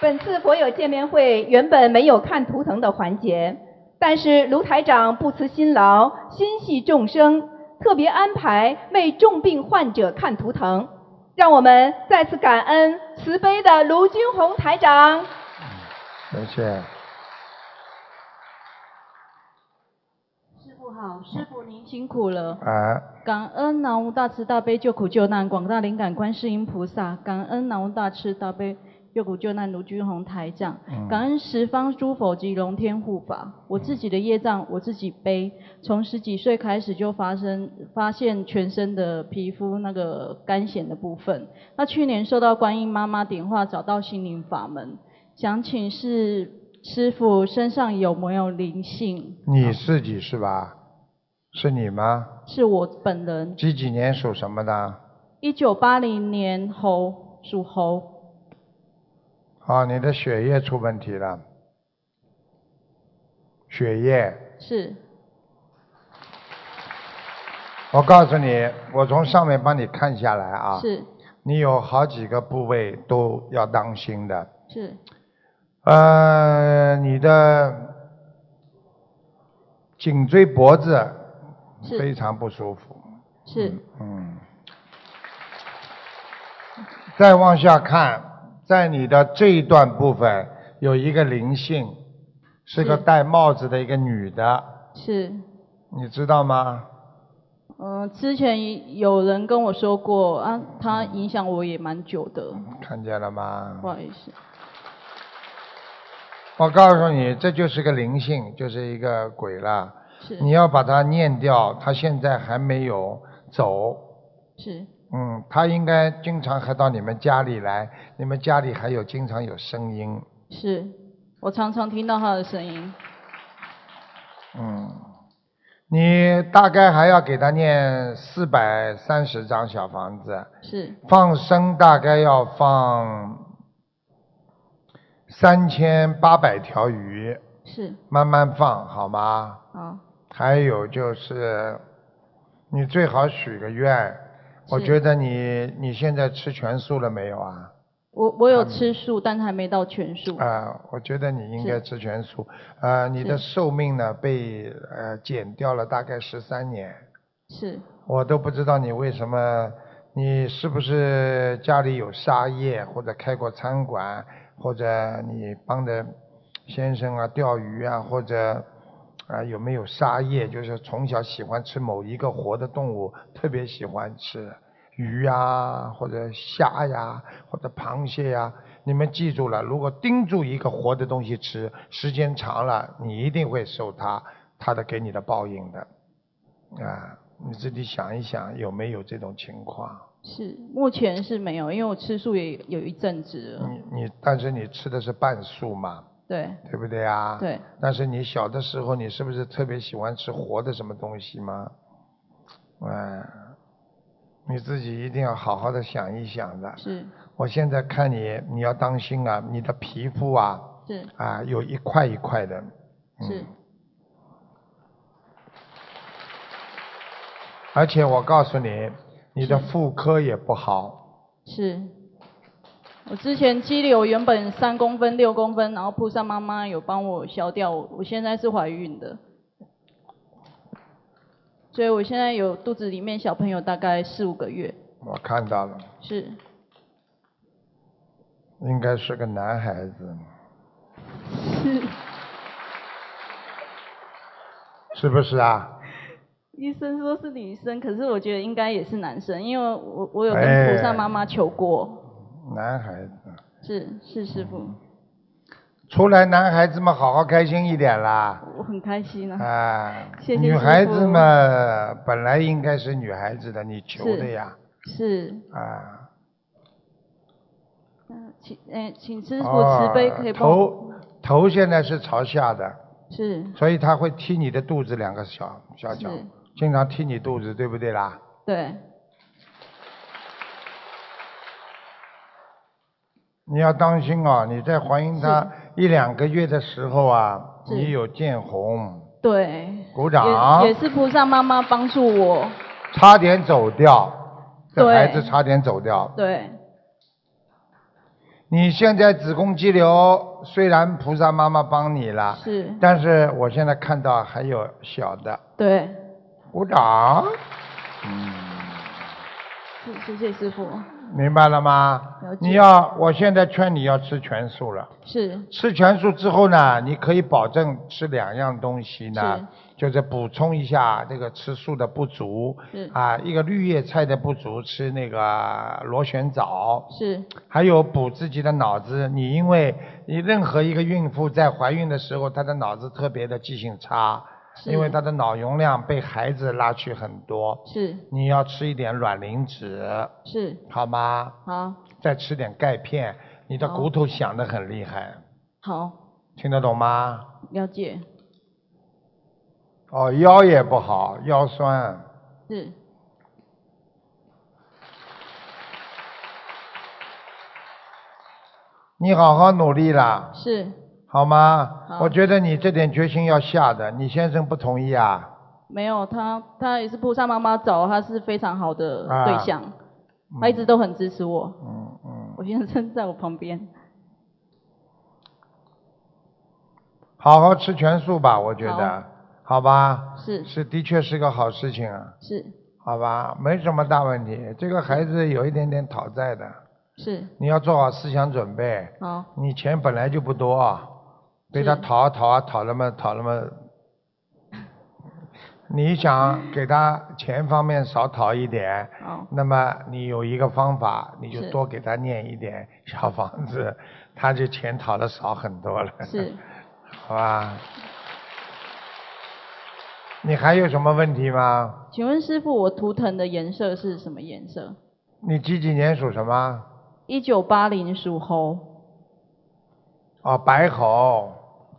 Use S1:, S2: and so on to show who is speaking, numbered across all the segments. S1: 本次佛友见面会原本没有看图腾的环节，但是卢台长不辞辛劳，心系众生，特别安排为重病患者看图腾。让我们再次感恩慈悲的卢军红台长。
S2: 谢谢。
S3: 师傅好，师傅您辛苦了。
S2: 啊，
S3: 感恩南无大慈大悲救苦救难广大灵感观世音菩萨，感恩南无大慈大悲救苦救难卢军宏台长，
S2: 嗯
S3: 感恩十方诸佛及龙天护法。我自己的业障我自己背，从十几岁开始就发生发现全身的皮肤那个干癣的部分。那去年受到观音妈妈点化，找到心灵法门，想请示师傅身上有没有灵性？
S2: 你自己是吧？是你吗？
S3: 是我本人，
S2: 几几年属什么的？
S3: 一九八零年猴，属猴。
S2: 啊，你的血液出问题了。血液，
S3: 是
S2: 我告诉你，我从上面帮你看下来啊，
S3: 是
S2: 你有好几个部位都要当心的。
S3: 是
S2: 呃，你的颈椎、脖子非
S3: 是
S2: 常不舒服。
S3: 是
S2: 嗯，再往下看，在你的这一段部分有一个灵性，是个
S3: 是
S2: 戴帽子的一个女的，
S3: 是，
S2: 你知道吗？
S3: 嗯，之前有人跟我说过啊，他影响我也蛮久的，
S2: 看见了吗
S3: 不？好意思，
S2: 我告诉你，这就是个灵性，就是一个鬼了。
S3: 是
S2: 你要把它念掉，它现在还没有走。
S3: 是
S2: 嗯，它应该经常还到你们家里来，你们家里还有经常有声音。
S3: 是，我常常听到他的声音，
S2: 嗯，你大概还要给他念四百三十张小房子，
S3: 是
S2: 放生大概要放三千八百条鱼，
S3: 是
S2: 慢慢放好吗？
S3: 好
S2: 还有就是，你最好许个愿。我
S3: 是
S2: 觉得你你现在吃全素了没有啊？
S3: 我我有吃素，但还没到全素
S2: 啊、。我觉得你应该
S3: 是
S2: 吃全素。呃，你的寿命呢被呃减掉了大概十三年。
S3: 是
S2: 我都不知道你为什么，你是不是家里有杀业，或者开过餐馆，或者你帮着先生啊钓鱼啊，或者啊、有没有杀业？就是从小喜欢吃某一个活的动物，特别喜欢吃鱼啊，或者虾呀、或者螃蟹呀、你们记住了，如果盯住一个活的东西吃，时间长了，你一定会受它它的给你的报应的。啊，你自己想一想有没有这种情况？
S3: 是，目前是没有，因为我吃素也有一阵子了。
S2: 你你，但是你吃的是半素嘛，
S3: 对
S2: 对不对啊？。
S3: 对，
S2: 但是你小的时候，你是不是特别喜欢吃活的什么东西吗？哎，你自己一定要好好的想一想的。
S3: 是
S2: 我现在看你，你要当心啊，你的皮肤啊
S3: 是
S2: 啊有一块一块的。嗯
S3: 是
S2: 而且我告诉你，你的
S3: 是
S2: 妇科也不好，
S3: 是，我之前肌瘤原本三公分、六公分，然后菩萨妈妈有帮我消掉，我我现在是怀孕的，所以我现在有肚子里面小朋友大概四五个月，
S2: 我看到了，
S3: 是
S2: 应该是个男孩子，
S3: 是，
S2: 是不是啊？
S3: 医生说是女生，可是我觉得应该也是男生，因为我我有
S2: 哎
S3: 跟菩萨妈妈求过，
S2: 男孩子，
S3: 是是师傅，
S2: 出来男孩子们好好开心一点啦。
S3: 我很开心啊，
S2: 啊，
S3: 谢谢
S2: 女
S3: 师
S2: 孩子
S3: 傅
S2: 嘛，本来应该是女孩子的，你求
S3: 是
S2: 的呀，
S3: 是，
S2: 啊，
S3: 嗯，请哎请师傅
S2: 哦
S3: 慈悲可以帮我，
S2: 头头现在是朝下的，
S3: 是
S2: 所以他会踢你的肚子两个小小脚
S3: 是，
S2: 经常踢你肚子，对不对啦？
S3: 对
S2: 你要当心哦，你在怀孕他一两个月的时候啊，
S3: 是
S2: 你有见红，
S3: 对。
S2: 鼓掌
S3: 也，也是菩萨妈妈帮助我，
S2: 差点走掉，这
S3: 对
S2: 孩子差点走掉，
S3: 对，
S2: 你现在子宫肌瘤虽然菩萨妈妈帮你了，
S3: 是，
S2: 但是我现在看到还有小的，
S3: 对，
S2: 鼓掌，
S3: 是谢谢师傅，
S2: 明白了吗
S3: 了？解
S2: 你要，我现在劝你要吃全素了。
S3: 是
S2: 吃全素之后呢，你可以保证吃两样东西呢
S3: 是，
S2: 就是补充一下这个吃素的不足
S3: 是
S2: 啊，一个绿叶菜的不足，吃那个螺旋藻，
S3: 是
S2: 还有补自己的脑子。你因为你任何一个孕妇在怀孕的时候，她的脑子特别的记性差，
S3: 是
S2: 因为她的脑容量被孩子拉去很多，
S3: 是
S2: 你要吃一点卵磷脂，
S3: 是，
S2: 好吗？
S3: 好，
S2: 再吃点钙片，你的
S3: 好
S2: 骨头响得很厉害，
S3: 好，
S2: 听得懂吗？
S3: 了解，
S2: 哦，腰也不好，腰酸。
S3: 是
S2: 你好好努力啦，
S3: 是，
S2: 好吗？
S3: 好
S2: 我觉得你这点决心要下的，你先生不同意啊。
S3: 没有他，他也是菩萨妈妈找，他是非常好的
S2: 啊
S3: 对象，他一直都很支持我，
S2: 嗯嗯，
S3: 我先生在我旁边，
S2: 好好吃全素吧，我觉得，好吧？
S3: 是
S2: 是，的确是个好事情啊，
S3: 是
S2: 好吧？没什么大问题，这个孩子有一点点讨债的，
S3: 是，
S2: 你要做好思想准备。
S3: 好
S2: 你钱本来就不多，被
S3: 是
S2: 他讨啊讨啊讨那么讨那么， 你想给他钱方面少讨一点，
S3: 好
S2: 那么你有一个方法，你就是多给他念一点小房子，他就钱讨的少很多了，
S3: 是，
S2: 好吧？你还有什么问题吗？
S3: 请问师傅，我图腾的颜色是什么颜色？
S2: 你几几年属什么？
S3: 一九八零属猴，
S2: 哦，白猴。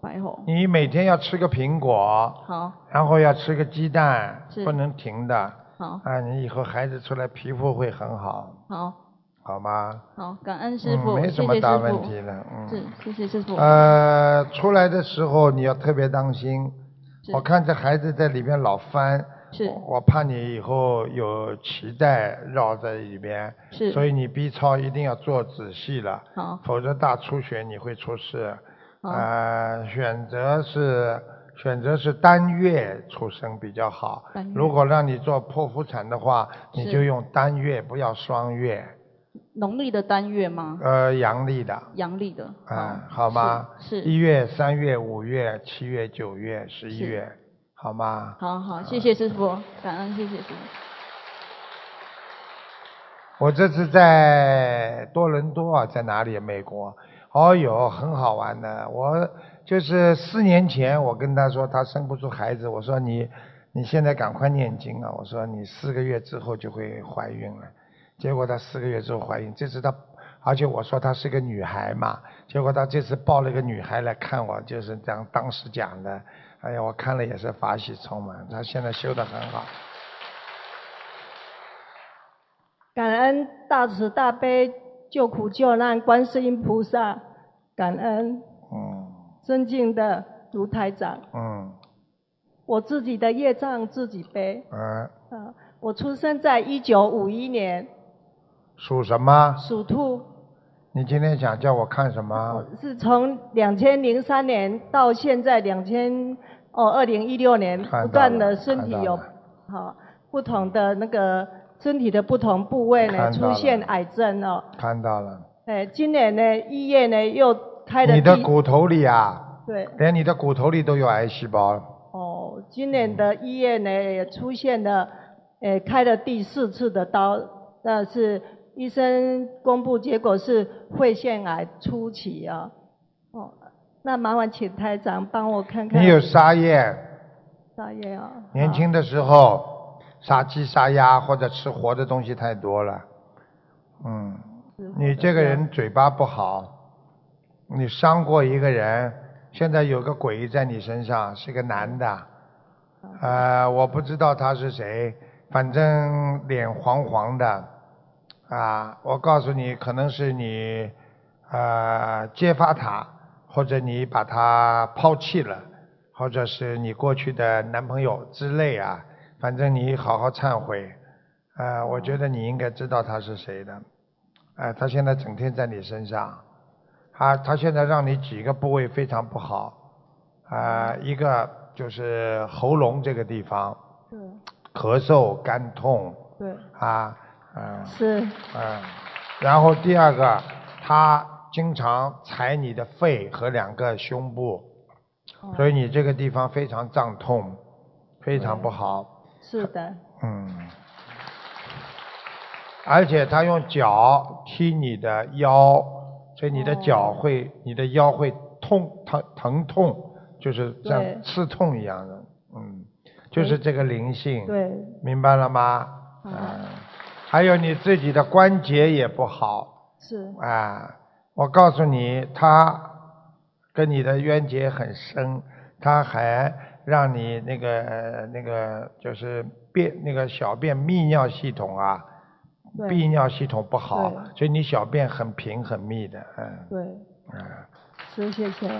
S3: 白猴，
S2: 你每天要吃个苹果，
S3: 好
S2: 然后要吃个鸡蛋，
S3: 是
S2: 不能停的。
S3: 好
S2: 啊，你以后孩子出来皮肤会很好，
S3: 好
S2: 好吗？
S3: 好，感恩师傅，
S2: 嗯、没
S3: 谢
S2: 什
S3: 谢
S2: 么
S3: 师
S2: 大问
S3: 傅
S2: 题，了，嗯。
S3: 是谢谢师傅，
S2: 呃，出来的时候你要特别当心，
S3: 是
S2: 我看这孩子在里边老翻，
S3: 是
S2: 我怕你以后有脐带绕在里边，
S3: 是哦
S2: 所以你 B 超一定要做仔细了，
S3: 好
S2: 否则大出血你会出事。
S3: 好
S2: 呃，选择是选择是单月出生比较好
S3: 单月。
S2: 如果让你做剖腹产的话，你
S3: 是
S2: 就用单月，不要双月，
S3: 农历的单月吗？
S2: 呃，阳历的。
S3: 阳历的，
S2: 啊，好吗？
S3: 是
S2: 一
S3: 是，
S2: 月、三月、五月、七月、九月、十一
S3: 是
S2: 月，好吗？
S3: 好好，谢谢师傅，感恩谢谢师傅，
S2: 我这次在多伦多啊，在哪里啊？美国。哦哟，很好玩的。我就是四年前，我跟他说他生不出孩子，我说你你现在赶快念经啊！我说你四个月之后就会怀孕了。结果她四个月之后怀孕，这次她，而且我说她是个女孩嘛，结果她这次抱了个女孩来看我，就是这样当时讲的，哎呀，我看了也是法喜充满，她现在修得很好。
S4: 感恩大慈大悲救苦救难观世音菩萨，感恩
S2: 嗯
S4: 尊敬的卢台长，
S2: 嗯
S4: 我自己的业障自己背
S2: 嗯，
S4: 啊！我出生在一九五一年，
S2: 属什么？
S4: 属兔，
S2: 你今天想叫我看什么
S4: 我？是从两千零三年到现在两千哦二零一六年，
S2: 看到了
S4: 不断的身
S2: 看
S4: 体
S2: 到
S4: 有
S2: 了
S4: 好、不同的那个身体的不同部位呢
S2: 看到
S4: 出
S2: 了
S4: 现癌症哦，
S2: 看到了，
S4: 哎，今年呢一月呢又开了
S2: 你的
S4: 第
S2: 骨头里啊，
S4: 对。
S2: 连你的骨头里都有癌细胞，
S4: 哦，今年的
S2: 嗯
S4: 一月呢也出现了，呃，开了第四次的刀，那是医生公布结果是肺腺癌初期啊。哦，那麻烦请台长帮我看看。
S2: 你有沙叶，
S4: 大爷啊？
S2: 年轻的时候杀鸡杀鸭或者吃活的东西太多了，嗯，你这个人嘴巴不好，你伤过一个人，现在有个鬼在你身上，是个男的，呃，我不知道他是谁，反正脸黄黄的，啊，我告诉你，可能是你呃揭发他，或者你把他抛弃了，或者是你过去的男朋友之类啊，反正你好好忏悔。啊啊、我觉得你应该知道他是谁的。哎、他现在整天在你身上，他他现在让你几个部位非常不好啊、一个就是喉咙这个地方
S4: 哦
S3: 对
S2: 咳嗽、干痛
S3: 对
S2: 啊，嗯、
S4: 是
S2: 嗯，然后第二个，他经常踩你的肺和两个胸部，所以你这个地方非常胀痛，非常不好。
S4: 是的，
S2: 嗯，而且他用脚踢你的腰，所以你的脚会，你的腰会痛疼疼痛，就是像
S4: 对
S2: 刺痛一样的，嗯，就是这个灵性。
S4: 哎对，
S2: 明白了吗？啊，还有你自己的关节也不好
S4: 是
S2: 啊！我告诉你，他跟你的冤结很深，他还让你那个呃那个就是便那个小便泌尿系统啊，
S4: 对
S2: 泌尿系统不好，
S4: 对
S2: 所以你小便很平很密的，嗯
S4: 对，
S2: 嗯。
S4: 是谢谢，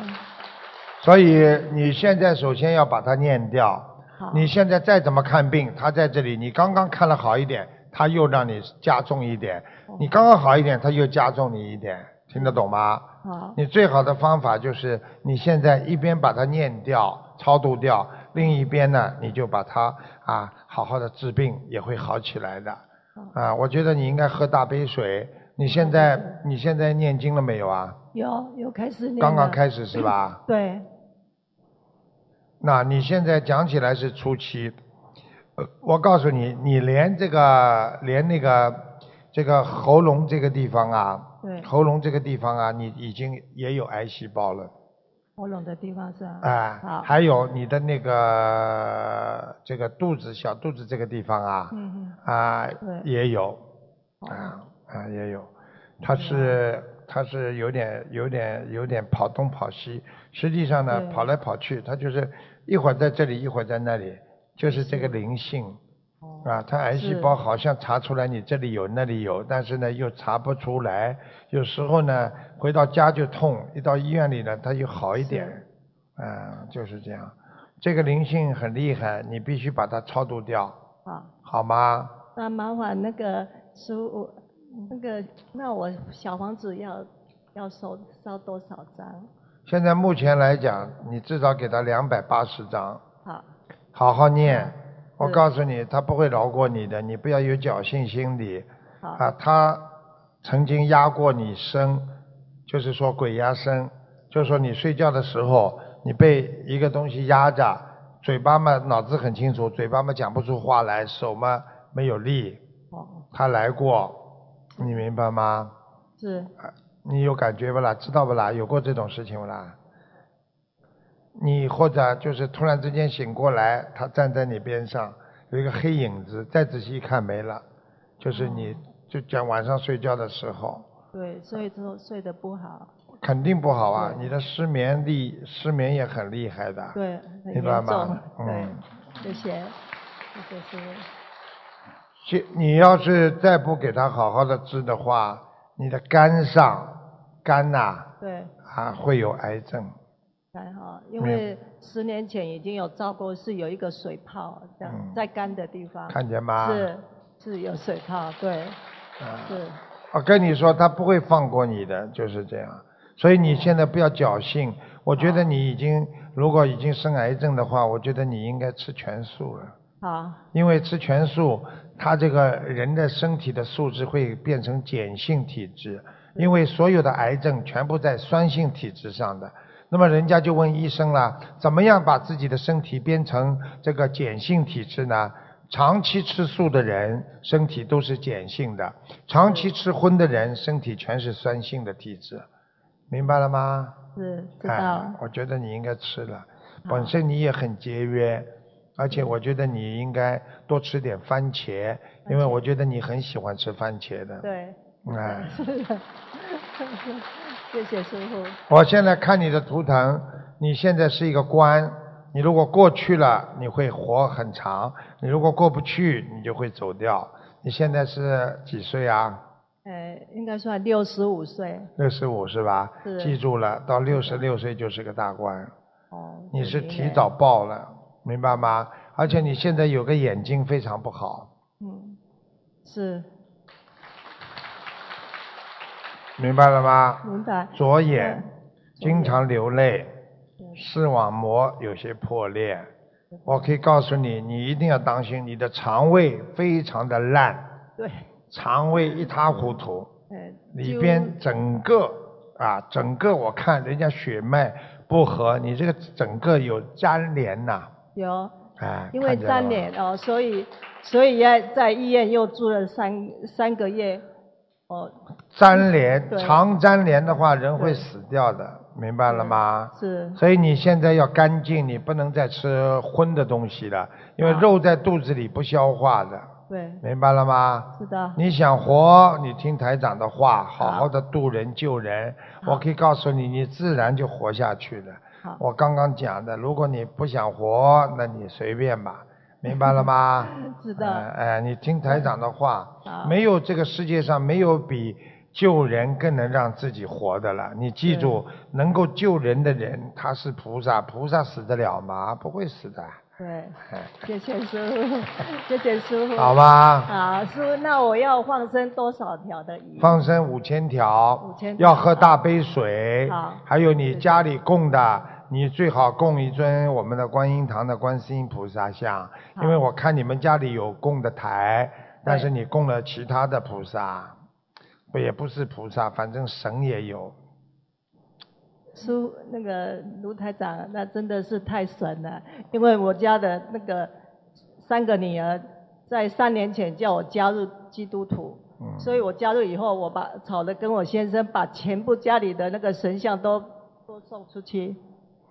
S2: 所以你现在首先要把它念掉。
S4: 好，
S2: 你现在再怎么看病，他在这里，你刚刚看了好一点，他又让你加重一点；
S4: 哦
S2: 你刚刚好一点，他又加重你一点，听得懂吗？
S4: 好，
S2: 你最好的方法就是你现在一边把它念掉、超度掉，另一边呢，你就把它啊好好的治病，也会好起来的。
S4: 哦
S2: 啊，我觉得你应该喝大杯水。你现在你现在念经了没有啊？
S4: 有有开始念
S2: 刚刚
S4: 了，
S2: 开始是吧？
S4: 对，
S2: 那你现在讲起来是初期，呃，我告诉你，你连这个连那个这个喉咙这个地方啊，
S4: 对
S2: 喉咙这个地方啊，你已经也有癌细胞了，
S4: 喉咙的地方是啊，
S2: 哎、
S4: 好
S2: 还有你的那个这个肚子小肚子这个地方啊，
S4: 嗯
S2: 啊、
S4: 对哦
S2: 也有，啊啊也有，它是它是有点有点有点跑东跑西，实际上呢
S4: 对
S2: 跑来跑去，它就是一会儿在这里一会儿在那里，就是这个灵性。啊，它癌细
S4: 哦是
S2: 胞好像查出来你这里有那里有，但是呢又查不出来，有时候呢回到家就痛，一到医院里呢它又好一点，啊，就是这样。这个灵性很厉害，你必须把它超度掉，
S4: 哼，好，
S2: 好吗？
S4: 那麻烦那个师傅，那个那我小房子要要收烧多少张？
S2: 现在目前来讲，你至少给他两百八十张，
S4: 好，
S2: 好好念。我
S4: 是
S2: 告诉你，他不会饶过你的，你不要有侥幸心理
S4: 好，
S2: 啊。他曾经压过你身，就是说鬼压身，就是说你睡觉的时候，你被一个东西压着，嘴巴嘛脑子很清楚，嘴巴嘛讲不出话来，手嘛没有力，
S4: 哦，
S2: 他来过，你明白吗？
S4: 是
S2: 你有感觉不啦？知道不啦？有过这种事情不啦？你或者就是突然之间醒过来，他站在你边上，有一个黑影子，再仔细一看没了，就是你就讲晚上睡觉的时候，
S4: 对，所以就睡得不好，
S2: 肯定不好啊！
S4: 对
S2: 你的失眠力，失眠也很厉害的，
S4: 对，很
S2: 明白
S4: 严重
S2: 吗，？
S4: 对
S2: 嗯，，
S4: 谢谢，谢谢师傅，
S2: 就你要是再不给他好好的治的话，你的肝上肝呐啊
S4: 对。
S2: 会有癌症。
S4: 还好，因
S2: 没有
S4: 为十年前已经有照过，是有一个水泡这样、
S2: 嗯
S4: 在肝的地方，
S2: 看见吗？
S4: 啊是是有水泡，对，
S2: 啊
S4: 是
S2: 我跟你说，他不会放过你的，就是这样。所以你现在不要侥幸。我觉得你已经，如果已经生癌症的话，我觉得你应该吃全素了，
S4: 好，
S2: 因为吃全素，它这个人的身体的素质会变成碱性体质，因为所有的癌症全部在酸性体质上的。那么人家就问医生了，怎么样把自己的身体变成这个碱性体质呢？长期吃素的人身体都是碱性的，长期吃荤的人身体全是酸性的体质，明白了吗？
S4: 是知道
S2: 哎
S4: 了，啊
S2: 我觉得你应该吃了，本身你也很节约，而且我觉得你应该多吃点番茄，因为我觉得你很喜欢吃番茄的。
S4: 对，
S2: 哎，
S4: 是的，谢谢师傅，
S2: 我现在看你的图腾，你现在是一个官，你如果过去了，你会活很长；你如果过不去，你就会走掉。你现在是几岁啊？
S4: 呃，应该算六十五岁，
S2: 六十五是吧？
S4: 是
S2: 记住了，到六十六岁就是个大官。
S4: 哦，
S2: 你是
S4: 对
S2: 提早，报了，明白吗？而且你现在有个眼睛非常不
S4: 嗯
S2: 好，
S4: 嗯，是
S2: 明白了吗？
S1: 明 白。
S2: 左眼
S4: 嗯
S2: 经常流泪，视网膜有些破裂。我可以告诉你，你一定要当心，你的肠胃非常的烂，
S4: 对，
S2: 肠胃一塌糊涂，
S4: 哎，
S2: 里
S4: 就
S2: 边整个啊，整个我看人家血脉不和，你这个整个有粘连呐、
S4: 有，
S2: 哎，
S4: 因为
S2: 看见了吗
S4: 粘连哦，所以所以要在医院又住了三三个月，哦，
S2: 粘连，
S4: 对
S2: 常粘连的话，人会死掉的，明白了吗？
S4: 是
S2: 所以你现在要干净，你不能再吃荤的东西了，因为肉在肚子里不消化的，
S4: 对，
S2: 明白了吗？
S4: 知道，
S2: 你想活，你听台长的话，好好的度人救人，我可以告诉你，你自然就活下去了
S4: 好。
S2: 我刚刚讲的，如果你不想活，那你随便吧，明白了 吗？
S4: 知道
S2: 哎、哎你听台长的话，
S4: 好
S2: 没有这个世界上没有比救人更能让自己活的了。你记住，能够救人的人他是菩萨，菩萨死得了吗？不会死的，
S4: 对，
S2: 哎、
S4: 谢谢师傅，谢谢师傅。
S2: 好吧？
S4: 好，师傅，那我要放生多少条的鱼？
S2: 放生五千条，
S4: 5000条
S2: 要喝大杯水
S4: 好，
S2: 还有你家里供的，你最好供一尊我们的观音堂的观世音菩萨像，因为我看你们家里有供的台，但是你供了其他的菩萨，不也不是菩萨，反正神也有，
S4: 师傅那个卢台长，那真的是太神了，因为我家的那个三个女儿在三年前叫我加入基督徒，
S2: 嗯，
S4: 所以我加入以后，我把吵得跟我先生把全部家里的那个神像都都送出去，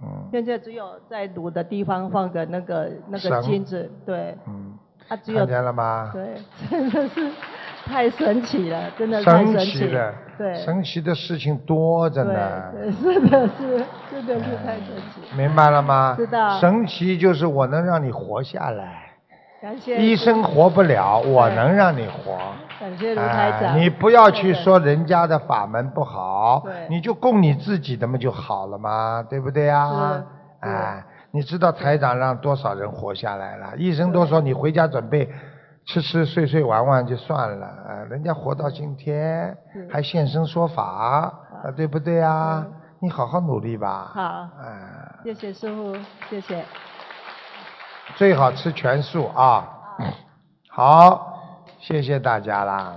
S2: 嗯
S4: 现在只有在卤的地方放个那个那
S2: 神
S4: 个金子，对，
S2: 嗯，
S4: 啊只有
S2: 看见了吗？
S4: 对， 真的是太神奇了，真的太
S2: 神
S4: 神
S2: 奇的，
S4: 对，
S2: 神啊奇的事情多着
S4: 对
S2: 呢。
S4: 对， 是的是，真的是太神奇了。
S2: 明白了吗？
S4: 知道
S2: 神奇就是我能让你活下来。
S4: 感谢
S2: 医生活不了，我能让你活。
S4: 感谢卢台
S2: 哎，
S4: 长，
S2: 你不要去说人家的法门不好
S4: 对，
S2: 你就供你自己的嘛就好了嘛，对不对呀？
S4: 是
S2: 哎，你知道台长让多少人活下来了？医生都说你回家准备吃吃睡睡玩玩就算了，哎，人家活到今天
S4: 是嗯
S2: 还现身说法，啊，对不对呀？你好好努力吧。
S4: 好，
S2: 哎，
S4: 谢谢师傅，谢谢。
S2: 最好吃全素啊。好，谢谢大家啦。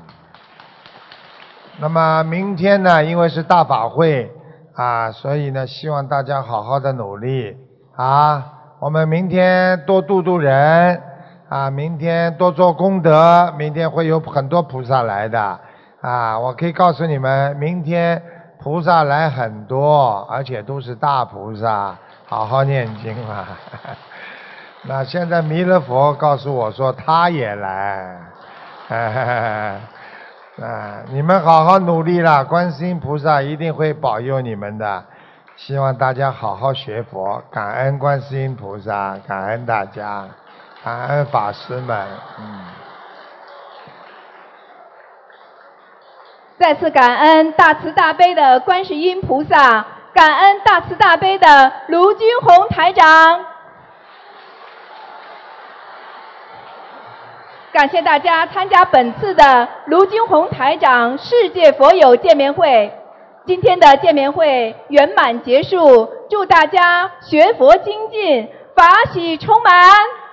S2: 那么明天呢，因为是大法会啊，所以呢，希望大家好好的努力啊。我们明天多度度人啊，明天多做功德，明天会有很多菩萨来的啊。我可以告诉你们，明天菩萨来很多，而且都是大菩萨，好好念经吧。那现在弥勒佛告诉我说他也来， 哎，啊，你们好好努力啦，观世音菩萨一定会保佑你们的。希望大家好好学佛，感恩观世音菩萨，感恩大家，感恩法师们，嗯。
S1: 再次感恩大慈大悲的观世音菩萨，感恩大慈大悲的卢军红台长。感谢大家参加本次的卢军红台长世界佛友见面会。今天的见面会圆满结束，祝大家学佛精进，法喜充满。